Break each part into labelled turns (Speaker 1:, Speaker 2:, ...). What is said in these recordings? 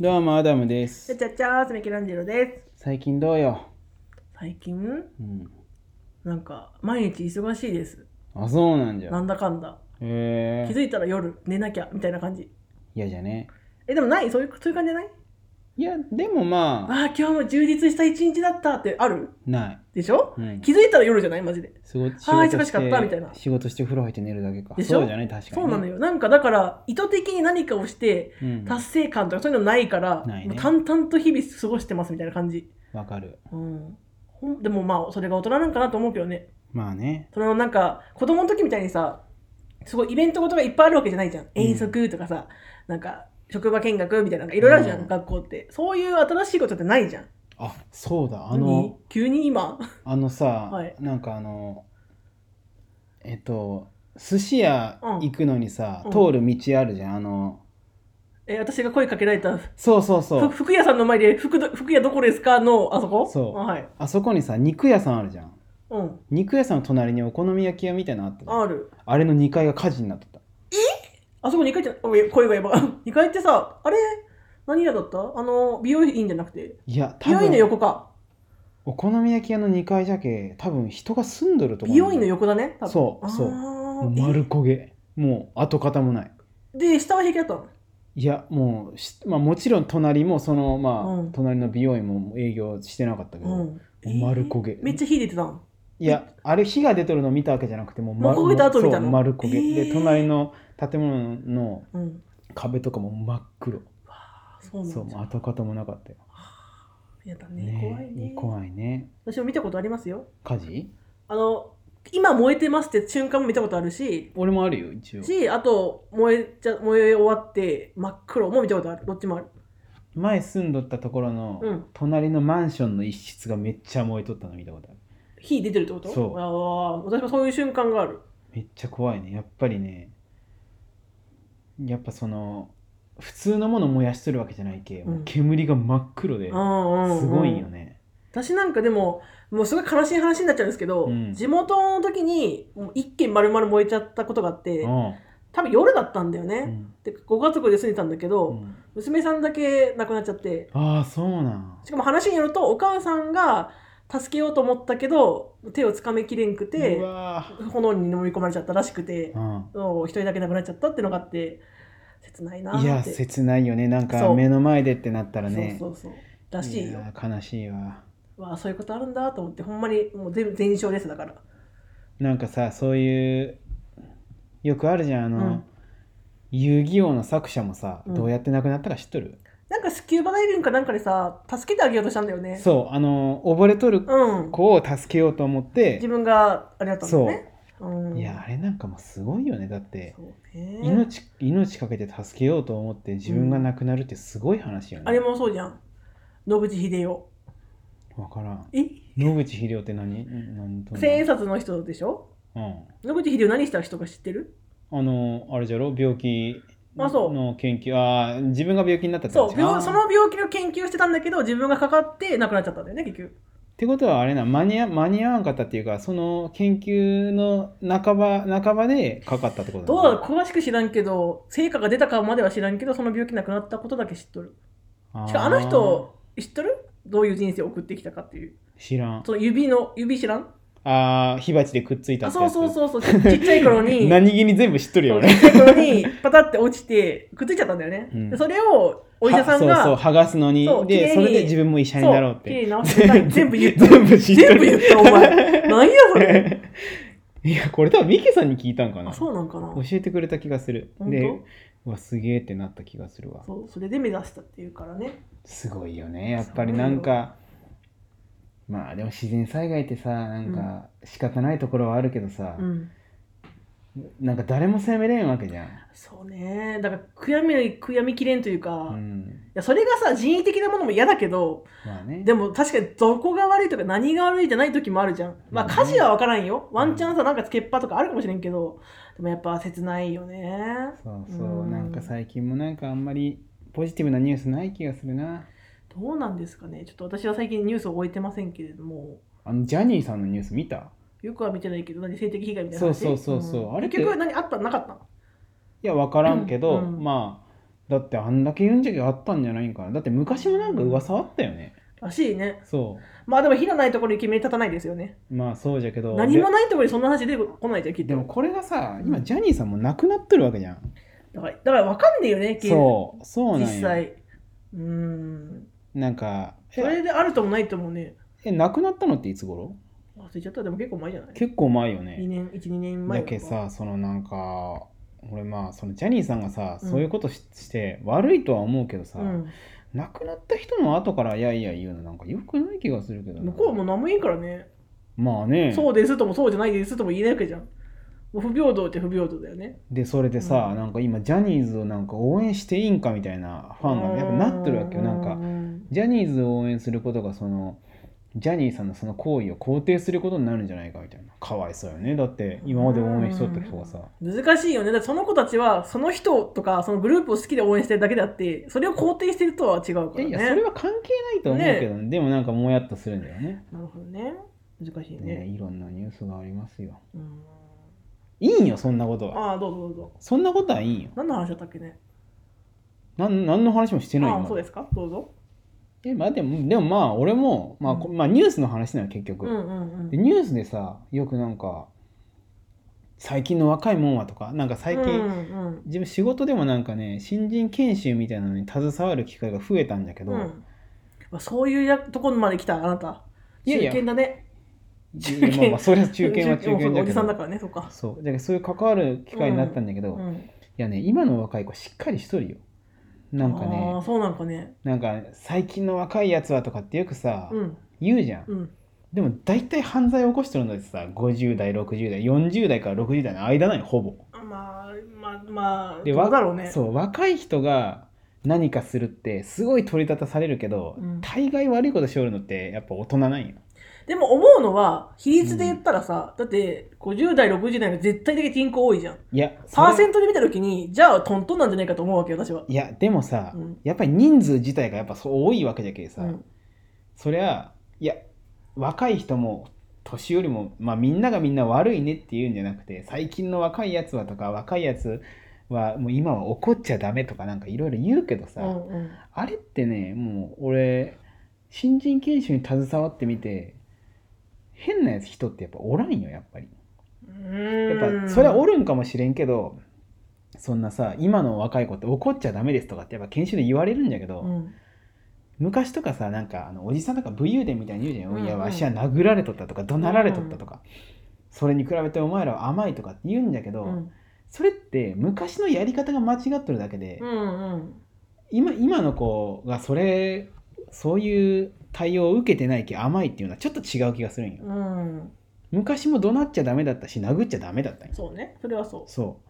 Speaker 1: どうもアダムで
Speaker 2: ちゃ
Speaker 1: す。
Speaker 2: ちゃちゃーす、ミケランジェロです。
Speaker 1: 最近どうよ、
Speaker 2: 最近、
Speaker 1: うん、
Speaker 2: なんか、毎日忙しいです。
Speaker 1: あ、そうなんじ
Speaker 2: な
Speaker 1: ゃ。
Speaker 2: んだかんだ。
Speaker 1: へ
Speaker 2: 気
Speaker 1: え。
Speaker 2: づいたら夜、寝なきゃ、みたいな感じ。
Speaker 1: 嫌じゃね。
Speaker 2: え、でもないそういうそういう感じじゃない
Speaker 1: いや、でもまあ、
Speaker 2: ああ、今日も充実した一日だったってある
Speaker 1: ない。
Speaker 2: でしょ、
Speaker 1: うん
Speaker 2: 気づいたら夜じゃないマジで。
Speaker 1: すご仕
Speaker 2: あー
Speaker 1: 事
Speaker 2: 忙しかったみたいな
Speaker 1: 仕事して風呂入って寝るだけか。
Speaker 2: でしょ
Speaker 1: そうじゃない、確かにね、
Speaker 2: そうなのよ。なんか、だから、意図的に何かをして、
Speaker 1: うん。
Speaker 2: 達成感とかそういうのないから、
Speaker 1: ないね
Speaker 2: もう淡々と日々過ごしてますみたいな感じ。
Speaker 1: わかる。
Speaker 2: うん。ほんでもまあ、それが大人なんかなと思うけどね。
Speaker 1: まあね。
Speaker 2: そのなんか子供の時みたいにさすごいイベントごとがいっぱいあるわけじゃないじゃん遠足とかさ、なんか職場見学みたいなのがいろいろあるじゃん、
Speaker 1: うん
Speaker 2: 学校ってそういう新しいことってないじゃん
Speaker 1: あ、そうだ。あ
Speaker 2: 何
Speaker 1: の、
Speaker 2: 急に今
Speaker 1: あのさ、
Speaker 2: はい
Speaker 1: なんかあの、えっと、寿司屋行くのにさ、
Speaker 2: うん
Speaker 1: 通る道あるじゃん。あの、
Speaker 2: え私が声かけられたふ
Speaker 1: そうそうそう。
Speaker 2: 服屋さんの前で服ど服屋どこですかのあそこ
Speaker 1: そう
Speaker 2: あはい
Speaker 1: あそこにさ、肉屋さんあるじゃん。
Speaker 2: うん
Speaker 1: 肉屋さんの隣にお好み焼き屋みたいなのあったじゃん
Speaker 2: ある
Speaker 1: あれの2階が火事になってた。
Speaker 2: あそこ2階じゃおい 声がやば2階ってさあれ何屋だったあの美容院じゃなくて
Speaker 1: いや、
Speaker 2: 美
Speaker 1: 多
Speaker 2: 容院の
Speaker 1: 分
Speaker 2: 横か
Speaker 1: お好み焼き屋の2階じゃけ、多分人が住んどるとこ
Speaker 2: 美容院の
Speaker 1: よ。
Speaker 2: 横だね多分
Speaker 1: そうそう
Speaker 2: あ
Speaker 1: もう
Speaker 2: ー
Speaker 1: 丸焦げ。もう跡形もない。
Speaker 2: えで下は平気だったの
Speaker 1: いや、もうし、まあ、もちろん隣も、その、まあ、
Speaker 2: うん
Speaker 1: 隣の美容院も営業してなかったけど、
Speaker 2: うん
Speaker 1: 丸焦げ
Speaker 2: めっちゃ火出てたの
Speaker 1: いや、あれ火が出てるの見たわけじゃなくて、もう丸
Speaker 2: もう焦げた後見たの
Speaker 1: そう丸焦げ。
Speaker 2: え
Speaker 1: で、
Speaker 2: ー
Speaker 1: 隣の建物の
Speaker 2: うん
Speaker 1: 壁とかも真っ黒。
Speaker 2: そうなん
Speaker 1: そう、もう跡形もなかったよ。
Speaker 2: やだね怖いね
Speaker 1: 怖いね。
Speaker 2: 私も見たことありますよ
Speaker 1: 火事
Speaker 2: あの今燃えてますって瞬間も見たことあるし
Speaker 1: 俺もあるよ、一応。
Speaker 2: しあと燃えちゃ燃え終わって真っ黒も見たことあるどっちもある
Speaker 1: 前住んどったところの、
Speaker 2: うん
Speaker 1: 隣のマンションの一室がめっちゃ燃えとったの見たことある
Speaker 2: 火出てるってこと
Speaker 1: そう
Speaker 2: あー私もそういう瞬間がある
Speaker 1: めっちゃ怖いねやっぱりねやっぱその普通のもの燃やしとるわけじゃないけ、
Speaker 2: うん
Speaker 1: もう煙が真っ黒で
Speaker 2: す
Speaker 1: すごいよね、
Speaker 2: 私なんかでももうすごい悲しい話になっちゃうんですけど、
Speaker 1: うん
Speaker 2: 地元の時にもう一軒丸々燃えちゃったことがあって、
Speaker 1: うん
Speaker 2: 多分夜だったんだよね、
Speaker 1: うん
Speaker 2: でご家族で住んでたんだけど、
Speaker 1: うん
Speaker 2: 娘さんだけ亡くなっちゃって
Speaker 1: ああそうなん
Speaker 2: しかも話によるとお母さんが助けようと思ったけど手をつかめきれんくて
Speaker 1: うわ
Speaker 2: 炎に飲み込まれちゃったらしくて
Speaker 1: ー、うん
Speaker 2: そう一人だけ亡くなっちゃったってのがあって切ないなーって
Speaker 1: いや切ないよねなんか
Speaker 2: そう
Speaker 1: 目の前でってなったらね
Speaker 2: そうそうそうらしいよ
Speaker 1: やー悲しいわ
Speaker 2: わあそういうことあるんだと思ってほんまにもう全部全焼ですだから
Speaker 1: なんかさそういうよくあるじゃんあの、
Speaker 2: うん
Speaker 1: 遊戯王の作者もさ、
Speaker 2: うん
Speaker 1: どうやって亡くなったか知っとる
Speaker 2: なんかスキューバダイビングかなんかでさ助けてあげようとしたんだよね
Speaker 1: そうあの溺れとる
Speaker 2: うん
Speaker 1: 子を助けようと思って
Speaker 2: 自、分があれだったんだよねうん
Speaker 1: いやあれなんかもうすごいよねだって
Speaker 2: そうね
Speaker 1: 命命かけて助けようと思って自分が亡くなるってすごい話よね、
Speaker 2: あれもそうじゃん野口英世
Speaker 1: 分からん
Speaker 2: え
Speaker 1: 野口英世って何何と
Speaker 2: 千円札の人でしょ
Speaker 1: うん
Speaker 2: 野口英世何した人か知ってる
Speaker 1: あのあれじゃろ病気
Speaker 2: あそう
Speaker 1: の研究ああ自分が病気になったって
Speaker 2: そう
Speaker 1: あ
Speaker 2: 病
Speaker 1: ー
Speaker 2: その病気の研究してたんだけど自分がかかって亡くなっちゃったんだよね結局
Speaker 1: ってことはあれな間に合間に合わんかったっていうかその研究の半ば半ばでかかったってこと
Speaker 2: どう
Speaker 1: な
Speaker 2: だ
Speaker 1: の
Speaker 2: ろう詳しく知らんけど成果が出たかまでは知らんけどその病気亡くなったことだけ知っとる
Speaker 1: ー
Speaker 2: しかもあの人知っとるどういう人生を送ってきたかっていう
Speaker 1: 知らん
Speaker 2: その指の指知らん
Speaker 1: ああ火鉢でくっついた
Speaker 2: あ
Speaker 1: って
Speaker 2: そう
Speaker 1: やつ
Speaker 2: そうそうそうちちっちゃい頃に
Speaker 1: 何気に全部知っとる
Speaker 2: そ
Speaker 1: よ
Speaker 2: うちっ
Speaker 1: ね
Speaker 2: ちゃい頃にパタって落ちてくっついちゃったんだよね、
Speaker 1: うん
Speaker 2: でそれをお医者さ
Speaker 1: は
Speaker 2: ん
Speaker 1: そう
Speaker 2: が
Speaker 1: そう剥がすのに
Speaker 2: そう綺麗
Speaker 1: で
Speaker 2: に
Speaker 1: それで自分も医者になろうっ
Speaker 2: きれ
Speaker 1: て
Speaker 2: いに直してください全部言っ た
Speaker 1: 全部知っと
Speaker 2: 全
Speaker 1: る
Speaker 2: 部言ったお前何や それ
Speaker 1: いやこれ多分ミケさんに聞いたんかな
Speaker 2: あ
Speaker 1: 教
Speaker 2: そうなんかな
Speaker 1: えてくれた気がする
Speaker 2: 本当
Speaker 1: でうわすげえってなった気がするわ
Speaker 2: そうそれで目指したっていうからね
Speaker 1: すごいよねやっぱりなんかまあでも自然災害ってさなんか仕方ないところはあるけどさ、
Speaker 2: うん
Speaker 1: なんか誰も責めれんわけじゃん、
Speaker 2: そうねだから悔やみ悔やみきれんというか、
Speaker 1: う
Speaker 2: い
Speaker 1: ん、
Speaker 2: やそれがさ人為的なものも嫌だけど
Speaker 1: まあね
Speaker 2: でも確かにどこが悪いとか何が悪いじゃない時もあるじゃんまあ
Speaker 1: うん
Speaker 2: 家事は分からんよワンチャンさなんかつけっぱとかあるかもしれんけどでもやっぱ切ないよね
Speaker 1: そうそう、
Speaker 2: うん
Speaker 1: なんか最近もなんかあんまりポジティブなニュースない気がするな
Speaker 2: どうなんですかねちょっと私は最近ニュースを終えてませんけれども
Speaker 1: あのジャニーさんのニュース見た
Speaker 2: よくは見てないけど何性的被害みたいな話
Speaker 1: そうそうそうそうんあれって
Speaker 2: 結局何あったなかった
Speaker 1: いや分からんけど、
Speaker 2: うん
Speaker 1: まあだってあんだけ言うんじゃあったんじゃないんかなだって昔もなんか噂あったよね、
Speaker 2: らしいね
Speaker 1: そ
Speaker 2: まあでも火のないところに決め立たないですよね
Speaker 1: うまあそうじゃけど
Speaker 2: 何もないところにそんな話出てこないじゃんき
Speaker 1: で
Speaker 2: っ
Speaker 1: でも
Speaker 2: と
Speaker 1: これがさ今ジャニーさんもなくなってるわけじゃん
Speaker 2: だからだから分かんないよねき
Speaker 1: そうそう
Speaker 2: 実
Speaker 1: なんよ
Speaker 2: 際うん
Speaker 1: なんか
Speaker 2: そ
Speaker 1: え
Speaker 2: れであるともないともね
Speaker 1: えなくなったのっていつ頃
Speaker 2: 忘れちゃったでも結構前じゃない
Speaker 1: 結構前よね
Speaker 2: 2年12年前
Speaker 1: だ
Speaker 2: とか
Speaker 1: けさそのなんか俺まあそのジャニーさんがさ、そういうことしして悪いとは思うけどさ、
Speaker 2: うん、
Speaker 1: 亡くなった人の後からいやいや言うのなんかよくない気がするけどな
Speaker 2: 向こうも何もいいからね、
Speaker 1: まあね
Speaker 2: そうですともそうじゃないですとも言えないわけじゃんもう不平等って不平等だよね
Speaker 1: でそれでさ、
Speaker 2: うん
Speaker 1: なんか今ジャニーズをなんか応援していいんかみたいなファンがやっぱなってるわけよなん
Speaker 2: う
Speaker 1: か
Speaker 2: ん
Speaker 1: ジャニーズを応援することがそのジャニーさんのその行為を肯定することになるんじゃないかみたいなかわいそうよねだって今まで応援しとった人がさ、
Speaker 2: 難しいよねだってその子たちはその人とかそのグループを好きで応援してるだけであってそれを肯定してるとは違うからね
Speaker 1: いやそれは関係ないと思うけど、でもなんかもやっとするんだよね
Speaker 2: なるほどね難しいね
Speaker 1: ね、いろんなニュースがありますよ。
Speaker 2: うん
Speaker 1: いいんよ、そんなことは。
Speaker 2: ああどうぞどうぞ
Speaker 1: そんなことはいいんよ。
Speaker 2: 何の話だったっけね
Speaker 1: なん何の話もしてないよ
Speaker 2: ああ
Speaker 1: ま
Speaker 2: そう
Speaker 1: だ
Speaker 2: ですかどうぞ
Speaker 1: え、まあ、でも、でもまあ、俺も、まあ、こ
Speaker 2: う
Speaker 1: まあ、ニュースの話なの、結局、
Speaker 2: うんうんう
Speaker 1: で。
Speaker 2: ん
Speaker 1: ニュースでさ、よくなんか、最近の若いもんはとか、なんか最近、
Speaker 2: うんうん
Speaker 1: 自分仕事でもなんかね、新人研修みたいなのに携わる機会が増えたんだけど、
Speaker 2: うんまあそういうやとこまで来たあなた
Speaker 1: いやいや
Speaker 2: 中堅だね
Speaker 1: いやまあまあ、それは 中堅は中堅
Speaker 2: もう
Speaker 1: だ
Speaker 2: お
Speaker 1: け
Speaker 2: じさんだ
Speaker 1: ど。
Speaker 2: からねそうか
Speaker 1: そうだからそういう関わる機会になったんだけど、
Speaker 2: う
Speaker 1: い
Speaker 2: ん
Speaker 1: やね今の若い子しっかりしとるよなんかね
Speaker 2: ああそうなんかね
Speaker 1: なんか最近の若いやつはとかってよくさ、
Speaker 2: うん
Speaker 1: 言うじゃん、
Speaker 2: うん
Speaker 1: でも大体犯罪起こしてるのってさ50代60代40代から60代の間なんよほぼ
Speaker 2: まあまあまあ
Speaker 1: で
Speaker 2: ど
Speaker 1: わ
Speaker 2: うだろうね
Speaker 1: そう若い人が何かするってすごい取り立たされるけど、
Speaker 2: うん
Speaker 1: 大概悪いことしおるのってやっぱ大人なんよ
Speaker 2: でも思うのは比率で言ったらさ、だって50代60代が絶対的に人口多いじゃん
Speaker 1: いや
Speaker 2: パー
Speaker 1: それ
Speaker 2: セントで見た時にじゃあトントンなんじゃないかと思うわけよ私はい
Speaker 1: やでもさ、
Speaker 2: うん
Speaker 1: やっぱり人数自体がやっぱそう多いわけじゃけさ、
Speaker 2: うん
Speaker 1: そりゃいや若い人も年寄りも、まあ、みんながみんな悪いねって言うんじゃなくて最近の若いやつはとか若いやつはもう今は怒っちゃダメとかなんかいろいろ言うけどさ、
Speaker 2: うんうん
Speaker 1: あれってねもう俺新人研修に携わってみて変なやつ人ってやっぱおらんよやっぱり。や
Speaker 2: や
Speaker 1: っぱそれはおるんかもしれんけどそんなさ今の若い子って怒っちゃダメですとかってやっぱ研修で言われるんだけど。
Speaker 2: うん
Speaker 1: 昔とかさなんかあのおじさんとか武勇伝みたいに言うじゃん、
Speaker 2: うんうん
Speaker 1: いやわしは殴られとったとか怒鳴られとったとか、それに比べてお前らは甘いとかって言うんだけど、
Speaker 2: うん
Speaker 1: それって昔のやり方が間違っとるだけで、
Speaker 2: うんうん
Speaker 1: 今今の子がそれそういう対応を受けてないけ甘いっていうのはちょっと違う気がするんよ、
Speaker 2: うん
Speaker 1: 昔も怒鳴っちゃダメだったし殴っちゃダメだったんよ
Speaker 2: そうねそれはそ
Speaker 1: そ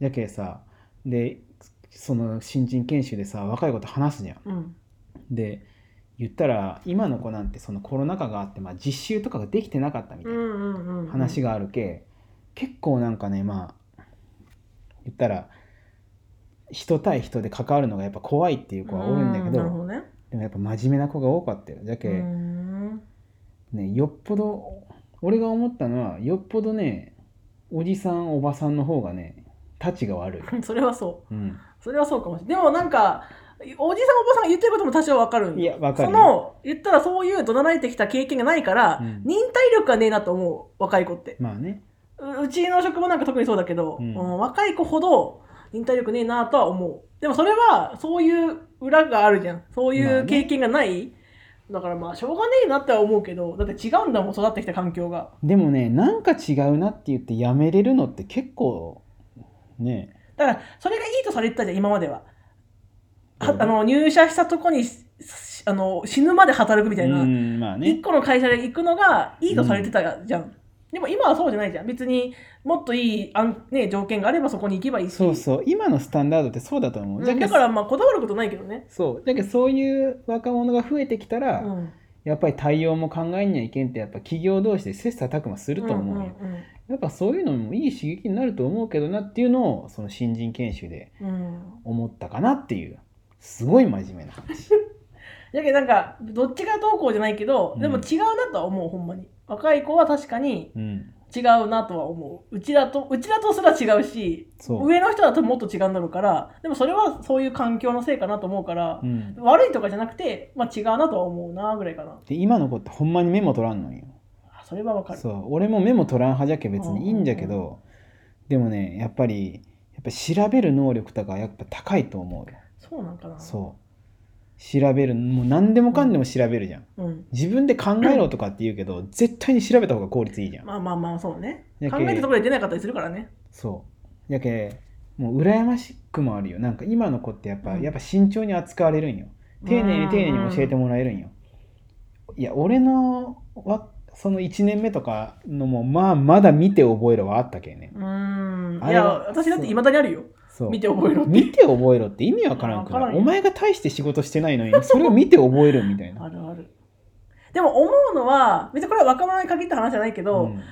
Speaker 1: うだけどさでその新人研修でさ若い子と話すじゃん
Speaker 2: ううん
Speaker 1: で言ったら今の子なんてそのコロナ禍があって、まあ、実習とかができてなかったみた
Speaker 2: う
Speaker 1: い
Speaker 2: ん
Speaker 1: な
Speaker 2: うんうん
Speaker 1: 話
Speaker 2: が
Speaker 1: があるけ、結構なんかねまあ言ったら人対人で関わるのがやっぱ怖いっていう子はおるんだけど,、
Speaker 2: なるほどね
Speaker 1: でもやっぱ真面目な子が多かったよだけ、
Speaker 2: うん
Speaker 1: ねよっぽど俺が思ったのはよっぽどねおじさんおばさんの方がねたちが悪い、
Speaker 2: それはそう
Speaker 1: うん、
Speaker 2: それはそうかもしれないでもなんかおじさんおばさんが言ってることも多少わかるんよ
Speaker 1: いやわかるよ
Speaker 2: その言ったらそういう怒鳴られてきた経験がないから、
Speaker 1: うん
Speaker 2: 忍耐力がねえなと思う若い子って
Speaker 1: まあね
Speaker 2: ううちの職場なんか特にそうだけど、
Speaker 1: うん
Speaker 2: うん若い子ほど忍耐力ねえなとは思うでもそれはそういう裏があるじゃんそうい
Speaker 1: まあ
Speaker 2: う
Speaker 1: ね
Speaker 2: 経験がない、だからまあしょうがねえなっては思うけどだって違うんだもん育ってきた環境が
Speaker 1: でもねなんか違うなって言ってやめれるのって結構ね
Speaker 2: だからそれがいいとされてたじゃん今までは、は
Speaker 1: うん
Speaker 2: あの入社したとこにしあの死ぬまで働くみたいな、
Speaker 1: うんまあ
Speaker 2: 一
Speaker 1: ね
Speaker 2: 個の会社で行くのがいいとされてたじゃん、でも今はそうじゃないじゃん別にもっといいあん、ね、条件があればそこに行けばいいし
Speaker 1: そうそう今のスタンダードってそうだと思う、
Speaker 2: うん
Speaker 1: じゃけ
Speaker 2: だからまあこだわることないけどね、
Speaker 1: そうだけどそういう若者が増えてきた
Speaker 2: う
Speaker 1: ら、
Speaker 2: ん、
Speaker 1: やっぱり対応も考えにゃいけんってやっぱ企業同士で切磋琢磨すると思うよ、
Speaker 2: ん
Speaker 1: やっぱそういうのもいい刺激になると思うけどなっていうのをその新人研修で
Speaker 2: うんうん
Speaker 1: 思ったかなっていうすごい真面目な話
Speaker 2: だけどなんかどっちがどうこうじゃないけど、
Speaker 1: うん
Speaker 2: でも違うなとは思うほんまに若い子は確かに
Speaker 1: うん
Speaker 2: 違うなとは思ううちだとうちだとすら違うし
Speaker 1: そう、
Speaker 2: 上の人だともっと違うんだろうからでもそれはそういう環境のせいかなと思うから
Speaker 1: う、ん、で
Speaker 2: 悪いとかじゃなくて、まあ、違うなとは思うなぐらいかな
Speaker 1: 今の子ってほんまにメモ取らんのんよ
Speaker 2: あそれはわかる
Speaker 1: そう俺もメモ取らん派じゃけ別にいいんじゃけどでもねやっぱりやっぱ調べる能力とかやっぱ高いと思うよ
Speaker 2: そうなんかな
Speaker 1: そう調べるもう何でもかんでも調べるじゃん
Speaker 2: う、うん、
Speaker 1: 自分で考えろとかって言うけど絶対に調べた方が効率いいじゃん
Speaker 2: まあまあまあそうね
Speaker 1: や
Speaker 2: 考
Speaker 1: け
Speaker 2: えたところで出なかったりするからね
Speaker 1: そうやけもう羨ましくもあるよなんか今の子ってやっぱ、
Speaker 2: うん
Speaker 1: やっぱ慎重に扱われるんよ丁寧に丁寧に教えてもらえるんよいや俺のわその1年目とかのもまあまだ見て覚えろはあったけんね
Speaker 2: うーん
Speaker 1: あ
Speaker 2: い
Speaker 1: れ
Speaker 2: や
Speaker 1: は
Speaker 2: 私だっていまだにあるよ
Speaker 1: そう
Speaker 2: 見て覚えろっ て
Speaker 1: 見て覚えろって意味わからんから
Speaker 2: わからんよ
Speaker 1: お前が大して仕事してないのにそれを見て覚えるみたいな、
Speaker 2: あるあるでも思うのは別にこれは若者に限った話じゃないけ
Speaker 1: う
Speaker 2: ど、
Speaker 1: ん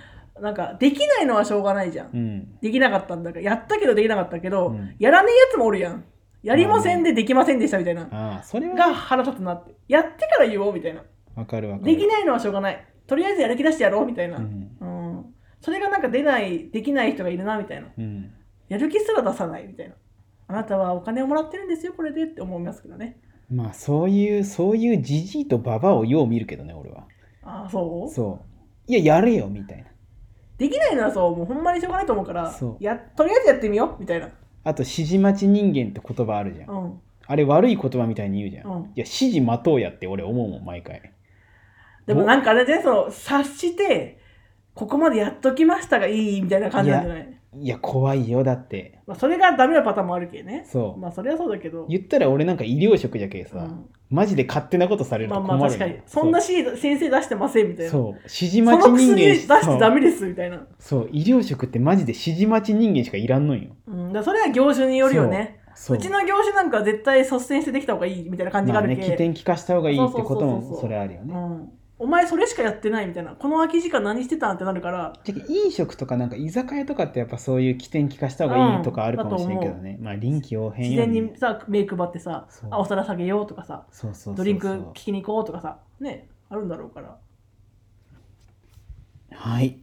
Speaker 2: なんかできないのはしょうがないじゃん、
Speaker 1: うん
Speaker 2: できなかったんだからやったけどできなかったけど、
Speaker 1: うん
Speaker 2: やらねえやつもおるやんやりませんでできませんでしたみたいな、
Speaker 1: ああそれ
Speaker 2: が
Speaker 1: は
Speaker 2: 腹立つなってやってから言おうみたいな
Speaker 1: わかるわかる
Speaker 2: できないのはしょうがないとりあえずやる気出してやろうみたいな、
Speaker 1: う
Speaker 2: うん
Speaker 1: ん
Speaker 2: それがなんか出ないできない人がいるなみたいな
Speaker 1: うん
Speaker 2: やる気すら出さないみたいなあなたはお金をもらってるんですよこれでって思いますけどね
Speaker 1: まあそういうそういうじじいとババアをよう見るけどね俺は
Speaker 2: ああそう
Speaker 1: そういややれよみたいな
Speaker 2: できないのはそうもうほんまにしょうがないと思うから
Speaker 1: そう
Speaker 2: やとりあえずやってみようみたいな
Speaker 1: あと指示待ち人間って言葉あるじゃん、
Speaker 2: うん
Speaker 1: あれ悪い言葉みたいに言うじゃん、
Speaker 2: うん
Speaker 1: いや指示待とうやって俺思うもん毎回
Speaker 2: でもなんかあれでその察してここまでやっときましたがいいみたいな感じなんじゃない
Speaker 1: いや怖いよだって
Speaker 2: まあ、それがダメなパターンもあるけね
Speaker 1: そう、
Speaker 2: まあそれはそうだけど
Speaker 1: 言ったら俺なんか医療職じゃけさ、
Speaker 2: うん
Speaker 1: マジで勝手なことされる
Speaker 2: まあ
Speaker 1: と
Speaker 2: ま
Speaker 1: 困
Speaker 2: あ
Speaker 1: る
Speaker 2: 確かにそんなし先生出してませんみたい
Speaker 1: そうそ
Speaker 2: な
Speaker 1: う指示
Speaker 2: そ
Speaker 1: 待
Speaker 2: の
Speaker 1: ち人
Speaker 2: 薬
Speaker 1: 間
Speaker 2: 出してダ
Speaker 1: そう
Speaker 2: メですみたいな、
Speaker 1: そう医療職ってマジで指示待ち人間しかいらんのんよ
Speaker 2: うん、だからそれは業種によるよね
Speaker 1: そう
Speaker 2: ちの業種なんかは絶対率先してできた方がいいみたいな感じ
Speaker 1: ま
Speaker 2: があ
Speaker 1: あ
Speaker 2: るけ
Speaker 1: ね
Speaker 2: ど、
Speaker 1: 起点聞かした方がいいってこと
Speaker 2: そうそうそう
Speaker 1: も
Speaker 2: そう
Speaker 1: それあるよね
Speaker 2: うん、お前それしかやってないみたいなこの空き時間何してたんってなるから
Speaker 1: じゃあ飲食とかなんか居酒屋とかってやっぱそういう起点聞かした方がいいとかあるかもしれんけどね、まあ臨機応変
Speaker 2: 自
Speaker 1: よう
Speaker 2: 然
Speaker 1: に
Speaker 2: にさ目配ってさ
Speaker 1: そう
Speaker 2: あお皿下げようとかさ
Speaker 1: そうそうそうそう
Speaker 2: ドリンク聞きに行こうとかさねあるんだろうから
Speaker 1: はい